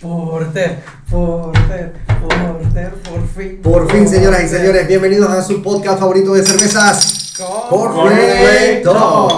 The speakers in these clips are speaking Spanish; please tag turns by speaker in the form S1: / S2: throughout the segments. S1: Porter, Porter, Porter, por fin.
S2: Por fin, señoras y señores, bienvenidos a su podcast favorito de cervezas. Por fin, dos.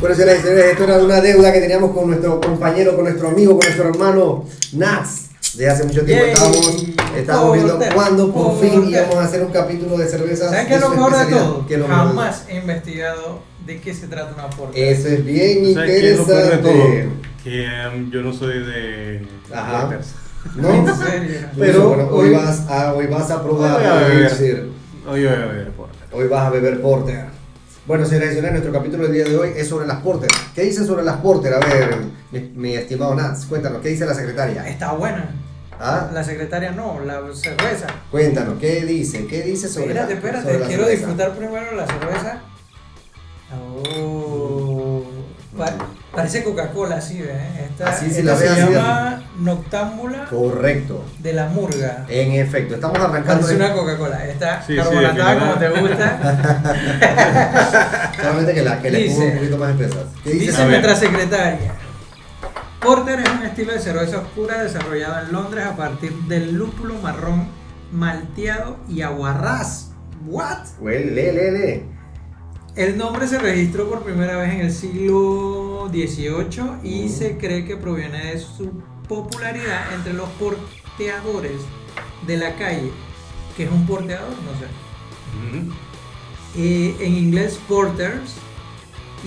S2: Bueno, señoras y señores, esto era una deuda que teníamos con nuestro compañero, con nuestro amigo, con nuestro hermano Nats. Desde hace mucho tiempo
S1: Yay.
S2: estábamos, estábamos viendo
S1: Porter,
S2: cuándo por fin
S1: Porter.
S2: íbamos a hacer un capítulo de cervezas.
S1: ¿Saben qué es
S2: de
S1: lo
S2: su
S1: mejor de
S2: especialidad,
S1: todo?
S2: que es lo mejor de
S1: Jamás he investigado de qué se trata una Porter.
S2: Eso es bien
S3: ¿Sabes qué es lo peor de
S2: interesante.
S3: todo? Que em, yo no soy de de
S2: Ajá.
S3: letras.
S1: En
S2: ¿No?
S1: serio.
S2: Pero
S3: Pero
S2: hoy
S3: hoy-
S2: vas a, hoy vas a probar
S3: Hoy voy a beber.
S2: Elixir.
S3: Hoy voy a beber porter.
S2: Hoy vas a beber porter. Bueno, señoras y señores, nuestro capítulo del día de hoy es sobre las porter. ¿Qué dice sobre las porter? A ver, mi, mi estimado Nats, cuéntanos, ¿qué dice la secretaria?
S1: Está buena.
S2: ¿Ah?
S1: La secretaria no, la cerveza.
S2: Cuéntanos, ¿qué dice? ¿Qué dice sobre
S1: Espérate,
S2: la- sobre
S1: espérate,
S2: la
S1: quiero
S2: cerveza?
S1: disfrutar primero la cerveza. Oh, pa- parece Coca-Cola, así, ¿eh? Esta,
S2: Así, si
S1: esta
S2: la
S1: se
S2: ves así,
S1: llama Noctámbula
S2: Correcto.
S1: de la Murga.
S2: En efecto, estamos arrancando.
S1: Parece
S2: de-
S1: una Coca-Cola. Está
S3: Sí, sí,
S1: carbonatada como te
S3: definitivo.
S1: gusta.
S2: Solamente que la que le pongo
S1: Dice-
S2: un poquito más espesas. ¿Qué dice?
S1: Dice
S3: A ver.
S1: nuestra secretaria. Porter es un estilo de cerveza oscura desarrollado en Londres a partir del lúpulo marrón malteado y aguarrás. ¿What?
S2: Huele, lee, lee, lee.
S1: El nombre se registró por primera vez en el siglo XVIII y
S2: Mm.
S1: se cree que proviene de su popularidad entre los porteadores de la calle. que es un porteador? No sé.
S3: Ujú.
S1: Eh, en inglés porters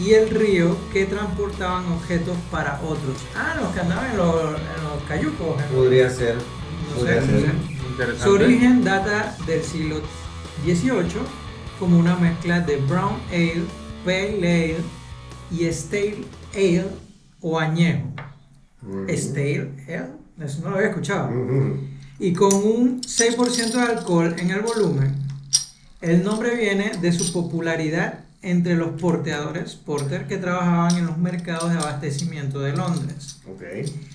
S1: y el río que transportaban objetos para otros. Ah, los que andaban en los, en los cayucos. en-
S2: Podría ser.
S1: no
S2: podría
S1: sé,
S2: ser.
S1: no sé.
S3: Interesante.
S1: Su origen data del siglo XVIII como una mezcla de brown ale, pale ale y stale ale o añejo.
S2: Mm.
S1: Stale ale, eso no lo había escuchado.
S2: Ujú.
S1: Y con un 6% de alcohol en el volumen, el nombre viene de su popularidad entre los porteadores, porter, que trabajaban en los mercados de abastecimiento de Londres.
S2: Ok.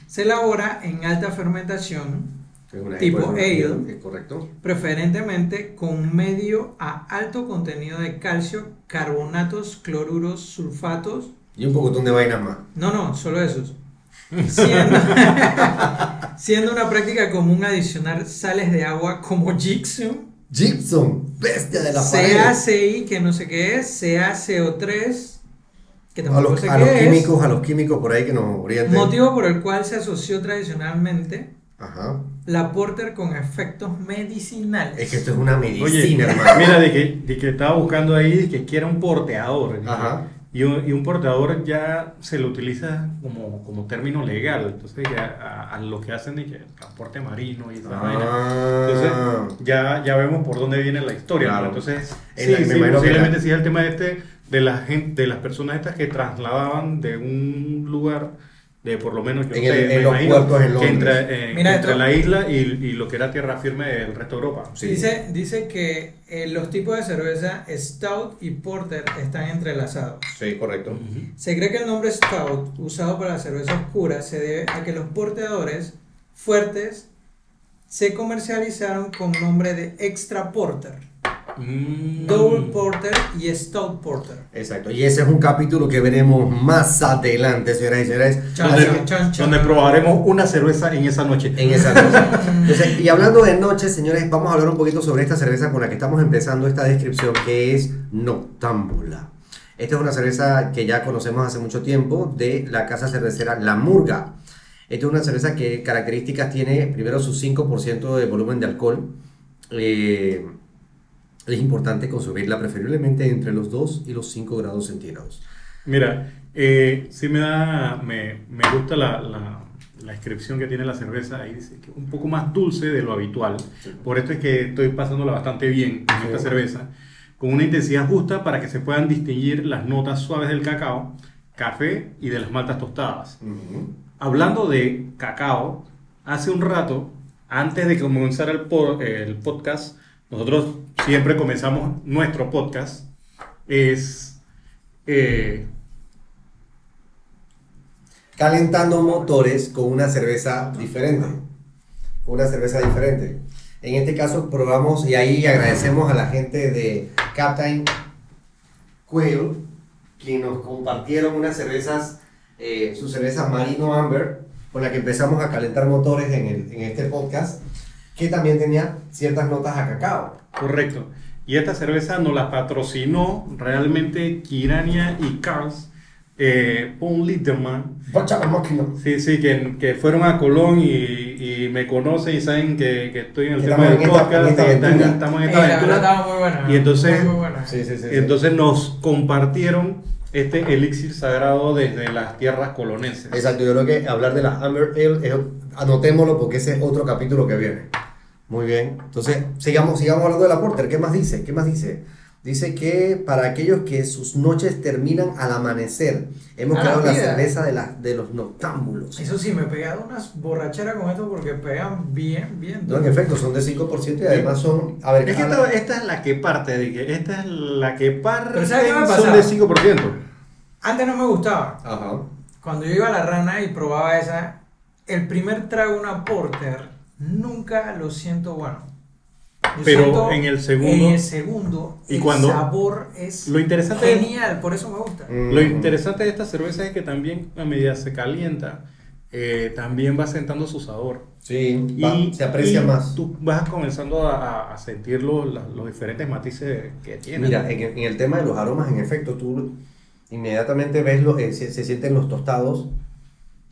S1: Se elabora en alta fermentación,
S2: Es una
S1: Tipo
S2: es una-
S1: ale.
S2: es Correcto.
S1: preferentemente con medio a alto contenido de calcio, carbonatos, cloruros, sulfatos.
S2: Y un pocotón de vainas más.
S1: No, no, solo esos. Siendo, siendo una práctica común adicionar sales de agua como gypsum,
S2: Gibson, bestia de la pared.
S1: CACI, que no sé qué es, CaCO3, que
S2: A
S1: tampoco
S2: los,
S1: sé
S2: a los
S1: qué es.
S2: químicos, a los químicos por ahí que nos orienten.
S1: Motivo por el cual se asoció tradicionalmente
S2: Ajá.
S1: la porter con efectos medicinales.
S2: Es que esto es una
S3: Oye,
S2: medicina, hermano.
S3: mira, de que, de que estaba buscando ahí de que quiera un porteador.
S2: Ajá.
S3: Y un, y un porteador ya se lo utiliza como, como término legal. Entonces, ya a, a lo que hacen de que transporte marino y esa vaina.
S2: Ah.
S3: Entonces, ya, ya vemos por dónde viene la historia.
S2: Claro.
S3: ¿no? Entonces,
S2: En
S3: sí,
S2: la- me
S3: sí,
S2: imagino que
S3: posiblemente
S2: la-
S3: sí es el tema este de la gente, de las personas estas que trasladaban de un lugar de por lo menos yo
S2: En
S3: no sé,
S2: el- en
S3: me
S2: los
S3: imagino,
S2: puertos en
S3: que
S2: Londres.
S3: entre, eh,
S1: Mira,
S3: entre
S1: esto-
S3: la isla y, y lo que era tierra firme del resto de Europa.
S2: Sí.
S1: Dice, dice que eh, los tipos de cerveza Stout y Porter están entrelazados.
S2: Sí, correcto.
S1: Se cree que el nombre Stout, usado para la cerveza oscura, se debe a que los porteadores fuertes se comercializaron con nombre de Extra Porter.
S3: Mm.
S1: Double Porter y Stout Porter.
S2: Exacto. Y ese es un capítulo que veremos más adelante, señoras y señores.
S1: Chan,
S2: Así
S3: donde,
S1: chan, chan, chan.
S3: donde probaremos una cerveza en esa noche.
S2: en esa noche.
S1: Mm.
S2: Entonces, y hablando de noche, señores, vamos a hablar un poquito sobre esta cerveza con la que estamos empezando esta descripción, que es Noctámbula. Esta es una cerveza que ya conocemos hace mucho tiempo de la casa cervecera La Murga. Esta es una cerveza que características tiene, primero, su 5% de volumen de alcohol. Eh, es importante consumirla preferiblemente entre los 2 y los 5 grados centígrados.
S3: Mira, eh, sí me da, me, me gusta la, la, la descripción que tiene la cerveza. Ahí dice que un poco más dulce de lo habitual. Por esto es que estoy pasándola bastante bien con
S2: Sí.
S3: esta cerveza. Con una intensidad justa para que se puedan distinguir las notas suaves del cacao, café y de las maltas tostadas. Hablando de cacao, hace un rato, antes de comenzar el, po- el podcast, nosotros siempre comenzamos nuestro podcast, es eh,
S2: calentando motores con una cerveza diferente. Con una cerveza diferente. En En este caso probamos y ahí agradecemos a la gente de Captain Quail, quien nos compartieron unas cervezas, eh, su cerveza Marino Amber, con la que empezamos a calentar motores en, el- en este podcast, que también tenía ciertas notas a cacao.
S3: Correcto. Y esta cerveza nos la patrocinó realmente Kirania y Carls, eh, Paul Litterman.
S2: Bocha, máquina.
S3: Sí, sí, que, que fueron a Colón y, y me conocen y saben que, que estoy en el
S2: Estamos
S3: tema
S2: en
S3: del
S2: esta- en
S3: podcast.
S2: esta
S3: están-
S2: aventura.
S3: estamos en
S1: Eh,
S3: esta
S1: la verdad
S3: aventura.
S1: estaba muy buena.
S3: Y entonces-
S1: Muy buena.
S2: Sí, sí, sí. sí.
S3: Entonces nos compartieron este elixir sagrado desde las tierras colonenses.
S2: Exacto, yo creo que hablar de la Amber Ale, es- anotémoslo porque ese es otro capítulo que viene. Muy bien, entonces sigamos, sigamos hablando de la Porter. ¿Qué más dice? ¿Qué más dice? Dice que para aquellos que sus noches terminan al amanecer, hemos
S1: Ah,
S2: creado la
S1: mira.
S2: cerveza de, la, de los noctámbulos.
S1: Eso sí, me he pegado unas borracheras con esto porque pegan bien, bien.
S2: No, en efecto, son de 5% y además son... A ver,
S3: Es que
S2: habla-
S3: esta, esta es la que parte, dije, esta es la que parte
S1: Pero ¿sabes qué me
S3: son
S1: pasaba?
S3: de 5%.
S1: Antes no me gustaba.
S2: Ajá.
S1: Cuando yo iba a la rana y probaba esa, el primer trago una porter, nunca lo siento bueno. Yo
S3: Pero
S1: siento
S3: en el segundo-
S1: En el segundo,
S3: ¿Y
S1: el
S3: cuando?
S1: sabor es
S3: Lo interesante-
S1: genial, por eso me gusta.
S2: Mm.
S3: Lo interesante de esta cerveza es que también a medida se calienta, eh, también va sentando su sabor.
S2: Sí, va, se aprecia
S3: y
S2: más.
S3: Tú vas comenzando a, a- a sentir los, la- los diferentes matices que tiene.
S2: Mira, eh, en, en el tema de los aromas, en efecto, tú inmediatamente ves, lo, eh, se, se sienten los tostados,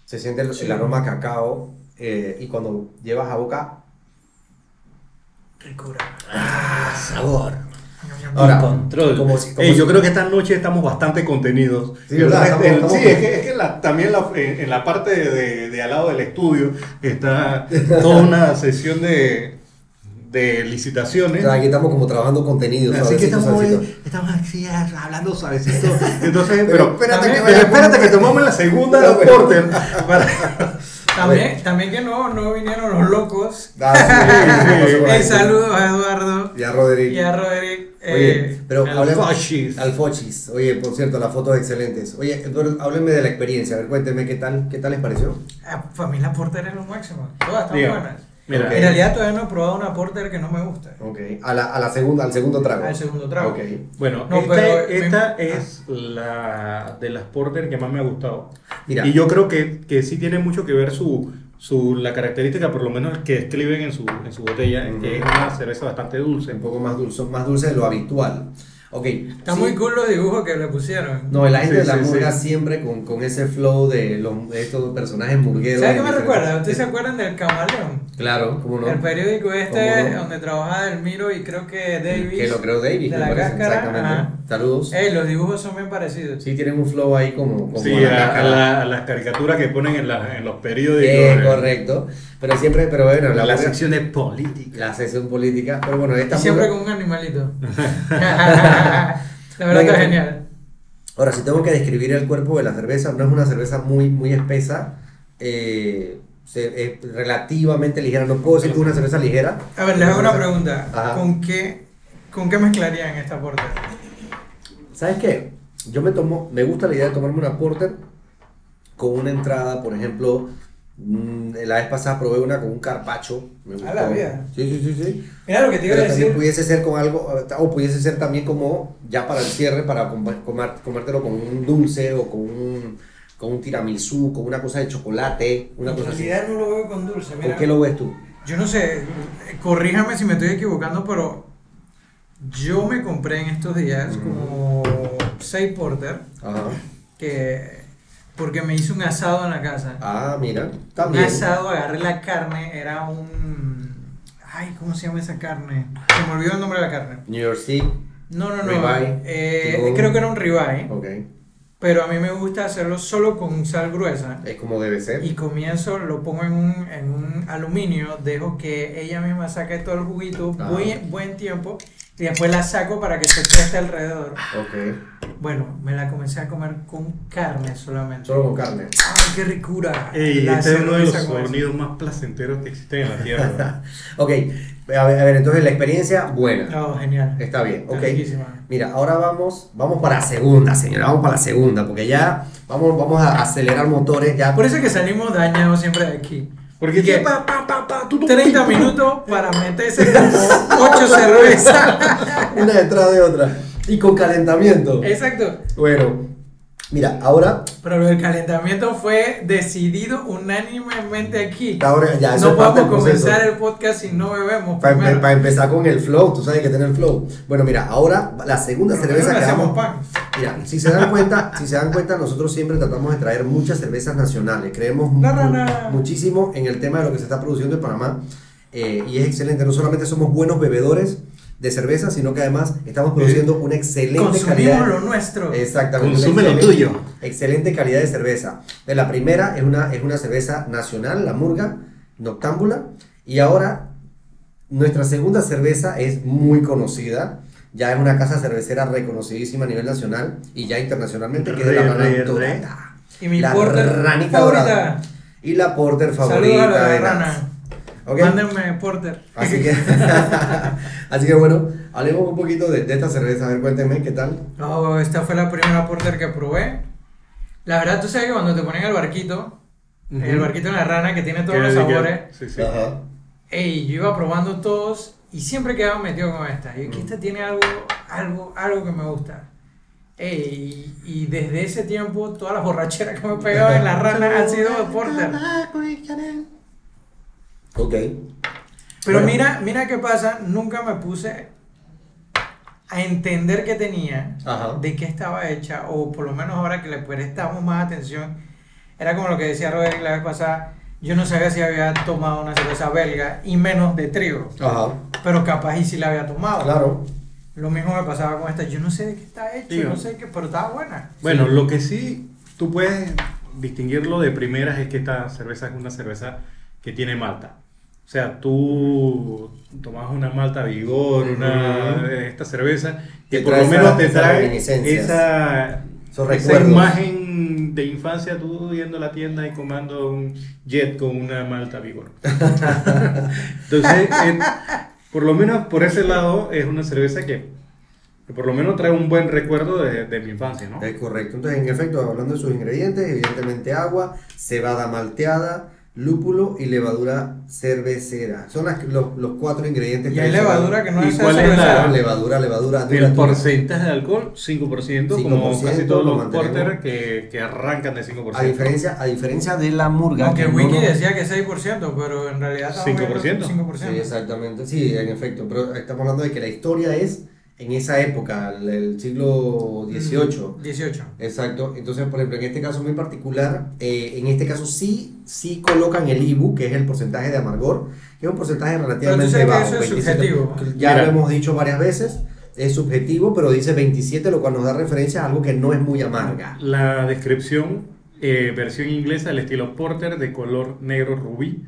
S2: se siente el, el aroma a cacao, eh, y cuando llevas a boca,
S1: Ricura.
S3: sabor.
S2: Ahora,
S3: control.
S2: como si- como
S3: Ey, yo
S2: si-
S3: creo que esta noche estamos bastante contenidos.
S2: Sí, ¿verdad?
S3: Entonces,
S2: Estamos-
S3: el-
S2: estamos-
S3: sí, es que, es que la- también la- eh, en, en la parte de, de al lado del estudio está toda una sesión de, de
S2: o
S3: licitaciones.
S2: sea, aquí estamos como trabajando contenido,
S3: Así que
S2: suavecito,
S3: estamos,
S2: suavecito.
S3: eh, estamos así, ah, hablando suavecito. Entonces, pero,
S2: Pero espérate
S1: que
S3: pero
S2: vaya-
S3: espérate que tomamos la segunda
S2: No, bueno.
S3: porter. para-
S1: También, también que no, no vinieron los locos.
S2: Ah, sí, sí, sí,
S1: Eh,
S2: sí.
S1: saludos a Eduardo
S2: Y a Roderick.
S1: y a Roderick.
S2: Oye,
S1: eh,
S2: pero
S1: al-
S2: hablemos-
S3: Fochis.
S2: Al Fochis. Oye, por cierto, las fotos excelentes. Oye, Eduardo, háblenme de la experiencia. A ver, cuéntenme qué tal, qué tal les pareció.
S1: Ah, Para mí la porter es lo máximo. Todas están
S3: Diga,
S1: buenas.
S3: mira,
S2: Ok.
S1: En realidad todavía no he probado una porter que no me gusta.
S2: Ok. A la, a la segunda, al segundo trago.
S1: Al segundo trago.
S2: Ok.
S3: Bueno,
S1: No,
S3: esta,
S1: pero- ah.
S3: esta es la de las porter que más me ha gustado.
S2: Mira.
S3: Y yo creo que, que sí tiene mucho que ver su, su la característica, por lo menos que escriben en su, en su botella,
S2: Ujú.
S3: que es una cerveza bastante dulce.
S2: un poco más dulce, más dulce de lo habitual. Ok.
S1: Está
S2: sí.
S1: muy cool los dibujos que le pusieron.
S2: No, la gente
S3: Sí,
S2: de la
S3: sí,
S2: murga
S3: sí.
S2: siempre con, con ese flow de, los, de estos personajes murgueros.
S1: ¿Sabes qué me
S2: en diferentes-
S1: recuerda? ¿Ustedes se acuerdan del Camaleón?
S2: Claro, cómo no.
S1: El periódico este
S2: ¿Cómo no?
S1: donde trabajaba Delmiro y creo que Davis.
S2: Que lo creó Davis,
S1: De
S2: me
S1: la
S2: parece,
S1: cáscara.
S2: exactamente.
S1: ajá. Eh.
S2: Saludos.
S1: Ey, los dibujos son bien parecidos.
S2: Sí, tienen un flow ahí como... como
S3: Sí,
S2: la
S3: a, a
S2: cáscara.
S3: la- a las caricaturas que ponen en, la- en los periódicos.
S2: Eh,
S3: eh,
S2: correcto. Pero siempre, pero bueno, la,
S3: en las
S2: murga-
S3: secciones políticas.
S2: la sección política. Pero bueno,
S1: Y
S2: esta
S1: siempre
S2: murga-
S1: con un animalito. la
S2: No,
S1: verdad que
S2: yo-
S1: es genial.
S2: Ahora, si tengo que describir el cuerpo de la cerveza, no es una cerveza muy, muy espesa, eh, se- es relativamente ligera. No puedo decir que es una cerveza ligera.
S1: A ver, les hago una pregunta.
S2: Ajá.
S1: ¿Con qué, ¿Con qué mezclarían esta porter?
S2: ¿Sabes qué? Yo me tomo, me gusta la idea de tomarme una porter con una entrada, por ejemplo, mm, la vez pasada probé una con un carpacho. Me
S1: A la
S2: gustó.
S1: vida.
S2: Sí, sí, sí, sí.
S1: Mira lo que te iba a
S2: Pero también
S1: decir.
S2: pudiese ser con algo, o pudiese ser también como ya para el cierre, para com- comar- comértelo con un dulce o con un, con un tiramisú, con una cosa de chocolate, una
S1: En
S2: cosa así.
S1: realidad no lo veo con dulce.
S2: ¿Con
S1: Mira,
S2: qué lo ves tú?
S1: Yo no sé, corríjame si me estoy equivocando, pero yo me compré en estos
S2: Mm.
S1: días como seis porter
S2: Ajá.
S1: que porque me hice un asado en la casa.
S2: Ah, mira,
S1: Un
S2: también.
S1: asado, agarré la carne, era un ay, ¿cómo se llama esa carne? Se me olvidó el nombre de la carne.
S2: New York City,
S1: No, no, no.
S2: Ribeye, Oh.
S1: eh,
S2: tirón.
S1: creo que era un ribeye,
S2: ok.
S1: pero a mí me gusta hacerlo solo con sal gruesa.
S2: Es como debe ser.
S1: Y comienzo, lo pongo en un, en un aluminio, dejo que ella misma saque todo el juguito,
S2: Ah.
S1: buen, buen tiempo, y después la saco para que se tueste alrededor.
S2: Ok.
S1: Bueno, me la comencé a comer con carne solamente.
S2: Solo con carne.
S1: ¡Ay, qué ricura!
S3: Ey,
S1: La
S3: este es uno de los
S1: cerveza con eso.
S3: sonidos más placenteros que existen en la tierra.
S2: Ok, a ver, a ver, entonces la experiencia buena.
S1: No, Oh, genial.
S2: Está bien,
S1: Está
S2: ok.
S1: riquísima.
S2: Mira, ahora vamos, vamos para la segunda, señora, vamos para la segunda, porque ya vamos, vamos a acelerar motores, ya
S1: Por eso es que salimos dañados siempre de aquí.
S3: Porque
S1: ¿Qué?
S3: tú, pa, pa, pa, pa, tú, tú,
S1: 30
S3: tú, tú,
S1: minutos para meterse como 8 cervezas.
S2: Una detrás de otra. Y con calentamiento.
S1: Exacto.
S2: Bueno, mira, ahora.
S1: Pero lo del calentamiento fue decidido unánimemente aquí.
S2: ahora ya, eso
S1: no
S2: es parte del
S1: podemos
S2: proceso.
S1: comenzar el podcast si no bebemos.
S2: Para, empe-
S1: primero.
S2: para empezar con el flow, tú sabes que tiene el flow. Bueno, mira, ahora la segunda
S1: Pero
S2: cerveza
S1: primero
S2: que
S1: hacemos
S2: vamos.
S1: pan.
S2: Mira, si se dan cuenta, si se dan cuenta, nosotros siempre tratamos de traer muchas cervezas nacionales. Creemos mu-
S1: No, no, no.
S2: muchísimo en el tema de lo que se está produciendo en Panamá eh, y es excelente. No solamente somos buenos bebedores de cerveza, sino que además estamos produciendo una excelente calidad.
S1: Eh, Consumimos lo nuestro.
S2: Exactamente.
S3: Consume
S2: una
S3: lo
S2: excelente-
S3: tuyo.
S2: Excelente calidad de cerveza. De la primera es una, es una cerveza nacional, la Murga, Noctámbula. Y ahora nuestra segunda cerveza es muy conocida. Ya es una casa cervecera reconocidísima a nivel nacional y ya internacionalmente, que es de la
S3: Re,
S2: Rana
S3: re, re.
S2: Dorada.
S1: Y mi
S2: La
S1: porter
S2: ranita dorada.
S1: favorita.
S2: Y la Porter
S1: Saludos
S2: favorita
S1: a la
S2: de
S1: rana.
S2: Nats. ¿Ok?
S1: Mándenme porter.
S2: Así que, así que bueno, hablemos un poquito de, de esta cerveza. A ver, cuéntenme qué tal.
S1: No, esta fue la primera porter que probé. La verdad, tú sabes que cuando te ponen el barquito,
S3: Ujú.
S1: el barquito en la rana que tiene todos los
S3: Que- que-
S1: sabores,
S3: Sí, sí.
S2: Ajá.
S1: Ey, yo iba probando todos y siempre quedaba metido con esta. Y que
S2: Mm.
S1: esta tiene algo, algo, algo que me gusta. Ey, y, y desde ese tiempo todas las borracheras que me he pegado en la rana han sido de Porter.
S2: Ok.
S1: Pero
S2: Bueno.
S1: mira, mira qué pasa, nunca me puse a entender qué tenía,
S2: Ajá.
S1: de qué estaba hecha, o por lo menos ahora que le prestamos más atención, era como lo que decía Roderick la vez pasada, yo no sabía si había tomado una cerveza belga y menos de trigo,
S2: Ajá.
S1: pero capaz y si la había tomado.
S2: Claro.
S1: Lo mismo me pasaba con esta. Yo no sé de qué está hecho,
S3: Digo.
S1: no sé qué, pero estaba buena.
S3: Bueno, lo que sí tú puedes distinguirlo de primeras es que esta cerveza es una cerveza que tiene malta. O sea, tú tomas una malta vigor, una
S2: Ujú.
S3: esta cerveza, que
S2: Te
S3: por
S2: trae
S3: lo
S2: esa-
S3: menos te
S2: esas
S3: trae
S2: reminiscencias.
S3: esa,
S2: Esos
S3: esa
S2: recuerdos.
S3: imagen de infancia, tú yendo a la tienda y comando un jet con una malta vigor. Entonces, eh, por lo menos por ese lado es una cerveza que, que por lo menos trae un buen recuerdo de, de mi infancia, ¿no?
S2: Es correcto. Entonces, en efecto, hablando de sus ingredientes, evidentemente agua, cebada malteada, lúpulo y levadura cervecera. Son las- los, los cuatro ingredientes
S1: Y hay
S2: mencionamos.
S1: levadura que no
S3: ¿Y
S1: es
S3: cuál es la-
S1: cerveza.
S2: Levadura, levadura. dura,
S3: El
S2: dura.
S3: porcentaje de alcohol, 5%, como
S2: 5%,
S3: casi todos
S2: lo
S3: los
S2: mantenemos.
S3: porter que, que arrancan de 5%.
S2: A diferencia, a diferencia de la murga.
S1: Aunque
S2: que no
S1: Wiki
S2: nos-
S1: decía que 6%, pero en realidad estaba
S3: 5%.
S1: 5%.
S2: Sí, exactamente. Sí, en efecto. Pero estamos hablando de que la historia es en esa época, el, el siglo XVIII.
S1: 18.
S2: Exacto, entonces por ejemplo en este caso muy particular, eh, en este caso sí, sí colocan el IBU, que es el porcentaje de amargor, que es un porcentaje relativamente
S1: Pero tú sabes
S2: bajo.
S1: que eso es
S2: 27.
S1: subjetivo. pues.
S2: Ya
S3: Mira.
S2: lo hemos dicho varias veces, es subjetivo, pero dice 27, lo cual nos da referencia a algo que no es muy amarga.
S3: La descripción, eh, versión inglesa, el estilo porter de color negro rubí,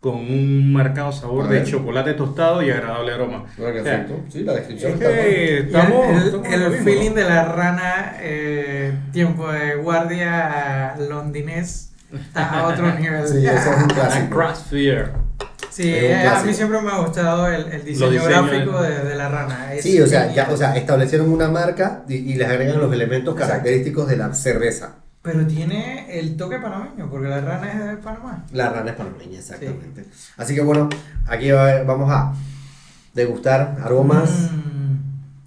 S3: con un marcado
S2: A
S3: sabor
S2: ver.
S3: de chocolate tostado y agradable aroma. O sea,
S2: Sí, la descripción
S3: es que
S1: Y el-
S3: estamos,
S1: el
S3: estamos en
S1: el
S3: lo mismo, ¿no?
S1: feeling de la rana, eh, tiempo de guardia londinés, está a otro nivel.
S2: Sí, eso es un clásico.
S3: Atmosphere.
S1: Sí,
S2: Es un
S1: eh, a
S2: clásico.
S1: mí siempre me ha gustado el, el diseño
S3: diseños
S1: gráfico
S3: del-
S1: de, de la rana. Es
S2: Sí, o sea,
S1: genial.
S2: ya, o sea, establecieron una marca y, y les agregan los elementos
S1: Exacto.
S2: característicos de la cerveza.
S1: Pero tiene el toque panameño, porque la rana es de Panamá.
S2: La rana es panameña, exactamente. Así que bueno, aquí va- vamos a degustar aromas.
S1: Mm.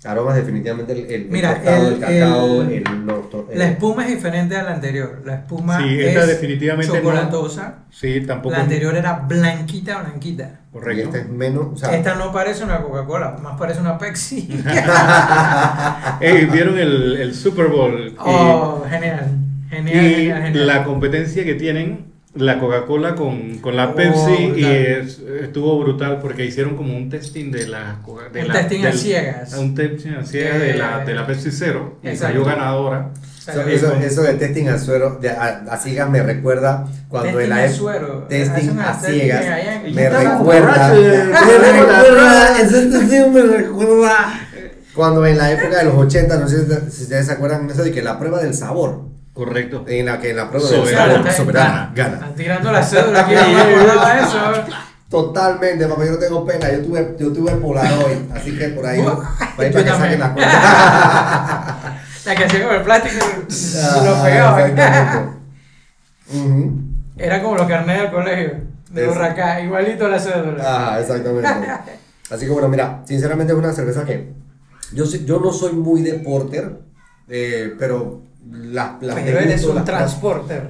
S2: Aromas, definitivamente el, el, el
S1: Mira,
S2: tostado, el,
S1: el-
S2: cacao, el,
S1: el-
S2: noto- el-
S1: La espuma es diferente a la anterior. La espuma
S3: Sí,
S1: es
S3: esta definitivamente no.
S1: chocolatosa.
S3: Sí, tampoco.
S1: La anterior era blanquita, blanquita.
S2: y
S3: Correcto.
S2: este es menos. O sea,
S1: Esta no parece una Coca-Cola, más parece una Pepsi.
S3: Ey, ¿Vieron el, el Super Bowl? Y-
S1: oh, genial. Genial,
S3: Y
S1: genial, genial.
S3: la competencia que tienen la Coca-Cola con, con la
S1: Oh,
S3: Pepsi y
S1: brutal.
S3: es- estuvo brutal porque hicieron como un testing de la Coca- de
S1: Un
S3: la-
S1: testing a
S3: del-
S1: ciegas.
S3: Un testing a ciegas de la, de la Pepsi Cero y
S1: Exacto.
S3: salió ganadora.
S2: eso,
S1: Salió-
S2: eso- eso de testing a suero, de, a, a ciegas me recuerda cuando
S1: Testing
S2: el
S1: a
S2: AF
S1: suero. Hacen
S2: testing a
S1: testing
S2: ciegas
S1: allá en-
S2: me
S1: Estaba
S2: recuerda,
S3: borracho, eh.
S2: me recuerda, ese testing me recuerda cuando en la época de los 80, no sé si ustedes se acuerdan de eso de que la prueba del sabor.
S3: Correcto.
S2: En la que en la prueba
S3: Soberana,
S2: del sabor,
S1: está-
S2: soberana, gana.
S1: Están tirando la cédula aquí, no me acordaba de eso.
S2: Totalmente, papá, yo no tengo pena, yo tuve, yo tuve Polaroid, así que por ahí,
S1: Uh,
S2: por ahí
S1: yo
S2: para que
S1: también.
S2: saquen la cuenta.
S1: La que hacía con el plástico
S2: Ah,
S1: lo pegaba.
S2: exactamente. Ujú.
S1: Era como los carnets del colegio. De borracá, igualito a la cédula.
S2: Ah, exactamente. Así que bueno, mira, sinceramente es una cerveza que yo, sé- yo no soy muy de porter, eh, pero las las
S1: Pero eres Pues,
S2: degusto,
S1: un
S2: las- ah,
S1: transporter.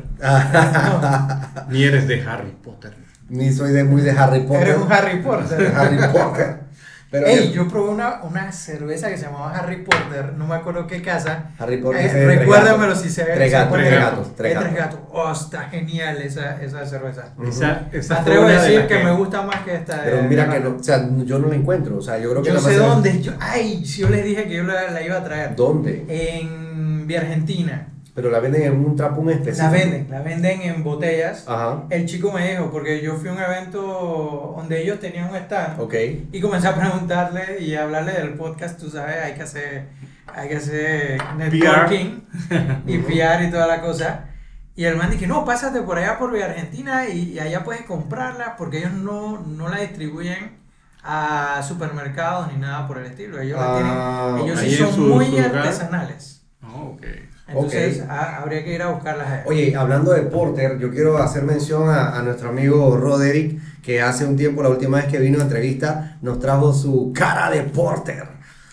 S3: Ni eres de Harry Potter.
S2: Ni soy de muy de Harry Potter.
S1: Eres un Harry Potter.
S2: Harry Potter. Pero
S1: Ey,
S2: es-
S1: yo probé una, una cerveza que se llamaba Harry Potter, no me acuerdo qué casa.
S2: Harry Potter
S1: Eh,
S2: es de Tres
S1: recuérdamelo
S2: Gatos.
S1: si se
S2: Tres
S1: se
S2: Gatos,
S1: acuerda.
S3: Tres
S2: Gatos, Tres
S1: Eh, tres gatos.
S2: Gatos.
S1: Oh, está genial esa, esa cerveza.
S3: Esa,
S1: Me
S3: esa
S1: atrevo
S3: fue
S1: a
S3: una de
S1: decir
S3: las
S1: que me gusta más que esta. de-
S2: pero mira
S1: de
S2: que
S1: Rafa.
S2: no, o sea, yo no la encuentro. O sea, yo creo que
S1: eh, Yo
S2: la
S1: sé
S2: más-
S1: dónde. Yo, ay, si yo les dije que yo la, la iba a traer.
S2: ¿Dónde?
S1: En Vía Argentina.
S2: Pero la venden en un trapo muy
S1: La
S2: específico.
S1: venden, la venden en botellas.
S2: Ajá.
S1: El chico me dijo, porque yo fui a un evento donde ellos tenían un stand.
S2: Ok.
S1: Y comencé a preguntarle y a hablarle del podcast, tú sabes, hay que hacer, hay que hacer networking y PR y toda la cosa. Y el man dije, no, pásate por allá por Vía Argentina y, y allá puedes comprarla porque ellos no, no la distribuyen a supermercados ni nada por el estilo. Ellos, la
S2: Ah,
S1: tienen, ellos
S3: ahí
S1: sí
S3: en
S1: son
S3: su-
S1: muy
S3: su lugar.
S1: artesanales.
S3: Ah, ok.
S1: Entonces ha- habría que ir a buscarlas a
S2: Oye, hablando de Porter, yo quiero hacer mención a, a nuestro amigo Roderick, que hace un tiempo, la última vez que vino a entrevista, nos trajo su cara de Porter.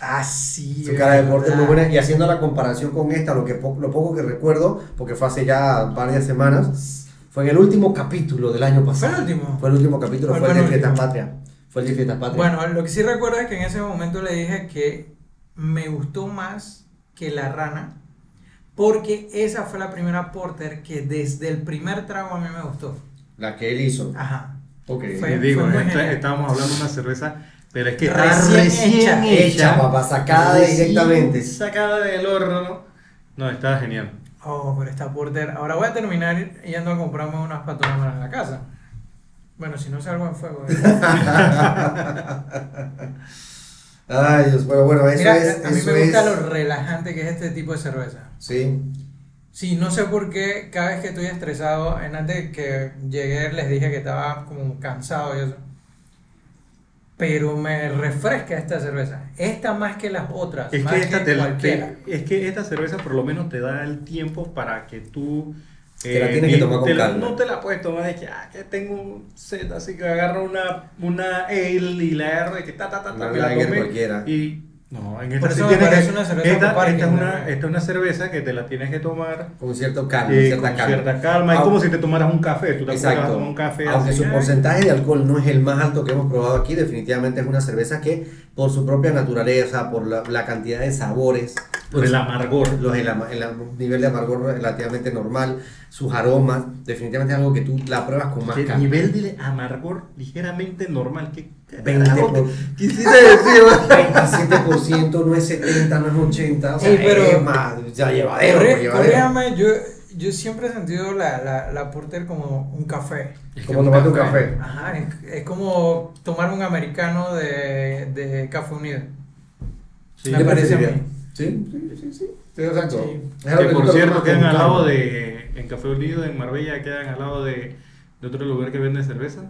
S1: Ah, sí.
S2: Su cara de
S1: ¿verdad?
S2: Porter muy buena. Y haciendo la comparación con esta, lo, que po- lo poco que recuerdo, porque fue hace ya varias semanas, fue en el último capítulo del año pasado.
S1: el último?
S2: Fue el último capítulo,
S1: ¿Cuál
S2: fue el
S1: fue
S2: de
S1: el
S2: Fiestas
S1: último?
S2: Patria. Fue el de Fiestas Patria.
S1: Bueno, lo que sí recuerdo es que en ese momento le dije que me gustó más que la rana, porque esa fue la primera porter que desde el primer trago a mí me gustó.
S2: La que él hizo.
S1: Ajá.
S2: Ok.
S1: Fue-
S3: Y digo,
S1: muy
S3: esta-
S1: genial.
S3: estábamos hablando de una cerveza, pero es que está
S1: Recién hecha,
S2: hecha, papá, sacada
S3: recién
S2: directamente.
S3: Sacada del horno. No, está genial.
S1: Oh, pero esta porter. Ahora voy a terminar yendo a comprarme unas para tomar en la casa. Bueno, si no salgo en fuego. ¿eh?
S2: Ay, Dios, bueno, bueno, eso
S1: Mira,
S2: es.
S1: a mí
S2: eso
S1: me gusta
S2: es-
S1: lo relajante que es este tipo de cerveza.
S2: Sí.
S1: Sí, no sé por qué cada vez que estoy estresado, en antes que llegué les dije que estaba como cansado y eso. Pero me refresca esta cerveza. Esta más que las otras,
S3: Es
S1: más
S3: que, esta te la-
S1: cualquiera.
S3: te- es que esta cerveza por lo menos te da el tiempo para que tú...
S2: Te la tienes que
S3: di-
S2: tomar con
S3: te la-
S2: calma.
S3: No te la puedes tomar de que, ah, que tengo sed, así que agarro una, una ale y la agarro y que ta, ta, ta,
S2: Una
S3: ta, me la
S2: lager
S3: tomé.
S2: cualquiera.
S3: Y no, en
S1: Por
S3: esta sí
S1: eso me
S3: tienes
S1: parece
S3: que-
S1: una cerveza para
S3: esta-
S1: parking,
S3: esta es una-
S1: ¿verdad?
S3: esta es una cerveza que te la tienes que tomar
S2: Con cierto calma,
S3: Eh,
S2: cierta
S3: con
S2: calma.
S3: cierta calma. Es
S2: Au-
S3: como si te tomaras un café. Tú te acuerdas de
S2: Exacto.
S3: tomar un café.
S2: Aunque
S3: así,
S2: su
S3: ay,
S2: porcentaje de alcohol no es el más alto que hemos probado aquí, definitivamente es una cerveza que por su propia naturaleza, por la, la cantidad de sabores,
S3: por el amargor.
S2: los, el, ama- el am- nivel de amargor relativamente normal, sus aromas, definitivamente es algo que tú la pruebas con más
S3: Que
S2: calma.
S3: nivel de amargor ligeramente normal. ¿Qué
S2: 20
S3: carajo te-
S2: por-
S3: quisiste decir?
S2: 27% no es 70, no es 80, o sea,
S1: Ey, pero-
S2: es más, ya llevadero,
S1: Corre-
S2: pues, llevadero.
S1: corríjame, yo, yo siempre he sentido la, la, la porter como un café.
S3: Es que
S2: Como tomarte un café.
S1: Ajá, es, es como tomar un americano de, de Café Unido.
S3: Sí.
S1: Me
S2: Yo
S1: parece a mí.
S2: preferiría. Sí, sí, sí, sí. Sí, exacto.
S1: Sí.
S2: Es algo
S3: Que por
S2: tú te
S3: cierto
S2: tomas
S3: quedan
S2: con
S3: al
S2: calma.
S3: lado de. En Café Unido, en Marbella, quedan al lado de, de otro lugar que vende cerveza.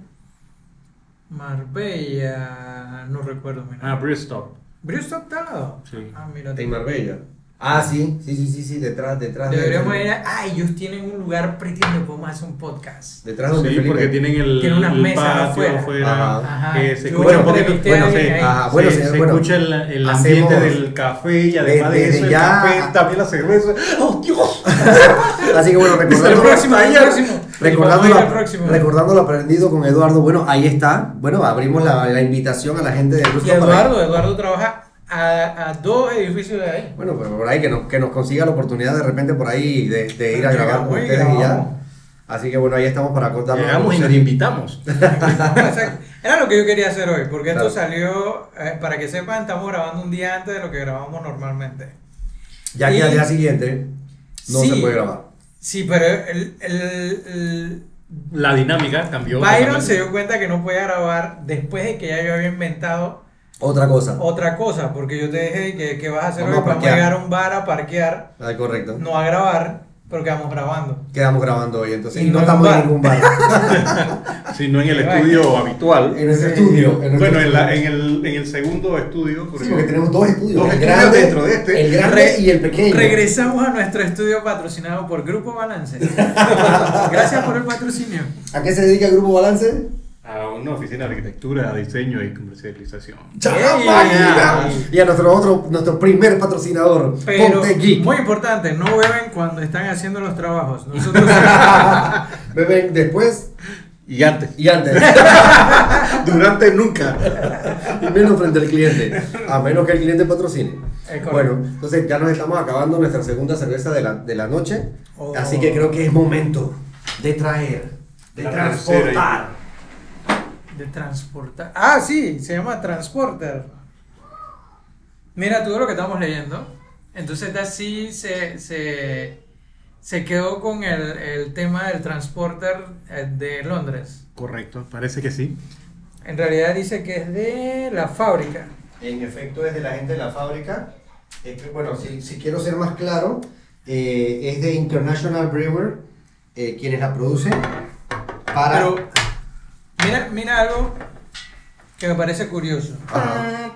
S1: Marbella, no recuerdo. Mira.
S3: Ah, Bristol.
S1: ¿Brewstop está al lado?
S3: Sí.
S1: Ah, mira.
S2: En Marbella. Ah, sí, sí, sí, sí, sí, detrás, detrás. de-
S1: Deberíamos ir a. Ah, ellos tienen un lugar pretty donde podemos hacer un podcast.
S2: Detrás donde
S3: Sí,
S2: Felipe-
S3: porque tienen el,
S1: Tienen unas
S3: el
S1: mesas
S3: patio
S1: afuera.
S3: afuera,
S1: Ajá.
S3: que se
S1: Yo
S3: escucha un
S2: bueno,
S3: poquito,
S1: entrevisté
S3: Ah, bueno,
S1: a
S3: se,
S1: alguien ahí.
S2: Ajá, Ah, bueno,
S3: se-
S2: señor,
S3: se
S2: bueno.
S3: escucha el, el ambiente
S2: Hacemos-
S3: del café y además
S2: Desde
S3: de eso, el
S2: ya-
S3: café, también la cerveza. ¡Oh, Dios!
S2: Así que bueno, recordando,
S1: El próximo, el próximo.
S2: recordando,
S1: Vamos a ir
S2: lo-
S1: al próximo.
S2: recordando lo aprendido con Eduardo, bueno, ahí está. Bueno, abrimos la, la invitación a la gente de Brewstop
S1: Y Eduardo, Eduardo trabaja a, a dos edificios de ahí.
S2: Bueno, pues por ahí que nos, que nos consiga la oportunidad de repente por ahí de, de ir a
S1: Llegamos
S2: grabar con
S1: y
S2: ustedes y
S1: grabamos.
S2: ya. Así que bueno, ahí estamos para contarnos.
S3: Llegamos y nos invitamos.
S1: Exacto. Era lo que yo quería hacer hoy, porque
S2: Claro.
S1: esto salió, eh, para que sepan, estamos grabando un día antes de lo que grabamos normalmente.
S2: Ya que
S1: Y-
S2: al día siguiente no
S1: Sí.
S2: se puede grabar.
S1: Sí, pero el, el-
S3: La dinámica
S1: el-
S3: cambió.
S1: Byron
S3: totalmente.
S1: se dio cuenta que no podía grabar después de que ya yo había inventado
S2: Otra cosa.
S1: otra cosa, porque yo te dije que, que vas a hacer
S2: Vamos
S1: hoy,
S2: a
S1: vamos a
S2: parquear.
S1: llegar a un bar a parquear.
S2: Ah, correcto.
S1: no a grabar Pero quedamos grabando.
S2: Quedamos grabando hoy, entonces.
S1: Y
S2: Y
S1: no
S2: no estamos en
S1: en
S2: ningún bar.
S3: sino en el
S1: Bueno.
S3: estudio habitual.
S2: en ese
S1: Sí.
S2: estudio. en nuestro
S3: Bueno, en, la-
S2: estudio.
S3: en el, en el segundo estudio, porque,
S2: Sí, porque tenemos dos estudios.
S3: Dos
S2: el
S3: estudios
S2: grande,
S3: dentro de este.
S2: El grande y el pequeño.
S1: Regresamos a nuestro estudio patrocinado por Grupo Balance. Gracias por el patrocinio.
S2: ¿A qué se dedica el Grupo Balance?
S3: a una oficina de arquitectura, diseño y comercialización.
S2: ¡Chamba! Y a nuestro otro, nuestro primer patrocinador,
S1: Pero,
S2: Ponte Geek.
S1: muy importante, no beben cuando están haciendo los trabajos. Nosotros
S2: Beben después
S3: Y antes.
S2: y antes.
S3: Durante nunca.
S2: y menos frente al cliente, a menos que el cliente patrocine.
S1: Es correcto.
S2: Bueno, entonces ya nos estamos acabando nuestra segunda cerveza de la, de la noche,
S1: Oh.
S2: así que creo que es momento de traer, de
S3: La
S2: transportar.
S1: de transportar. Ah, sí, se llama Transporter. Mira tú lo que estamos leyendo. Entonces así se, se, se quedó con el, el tema del Transporter eh, de Londres.
S3: Correcto, parece que sí.
S1: En realidad dice que es de la fábrica.
S2: En efecto, es de la gente de la fábrica. Es que, bueno, si, si quiero ser más claro, eh, es de International Brewer, eh, quienes la producen, para...
S1: Pero mira, mira algo que me parece curioso.
S2: Ajá.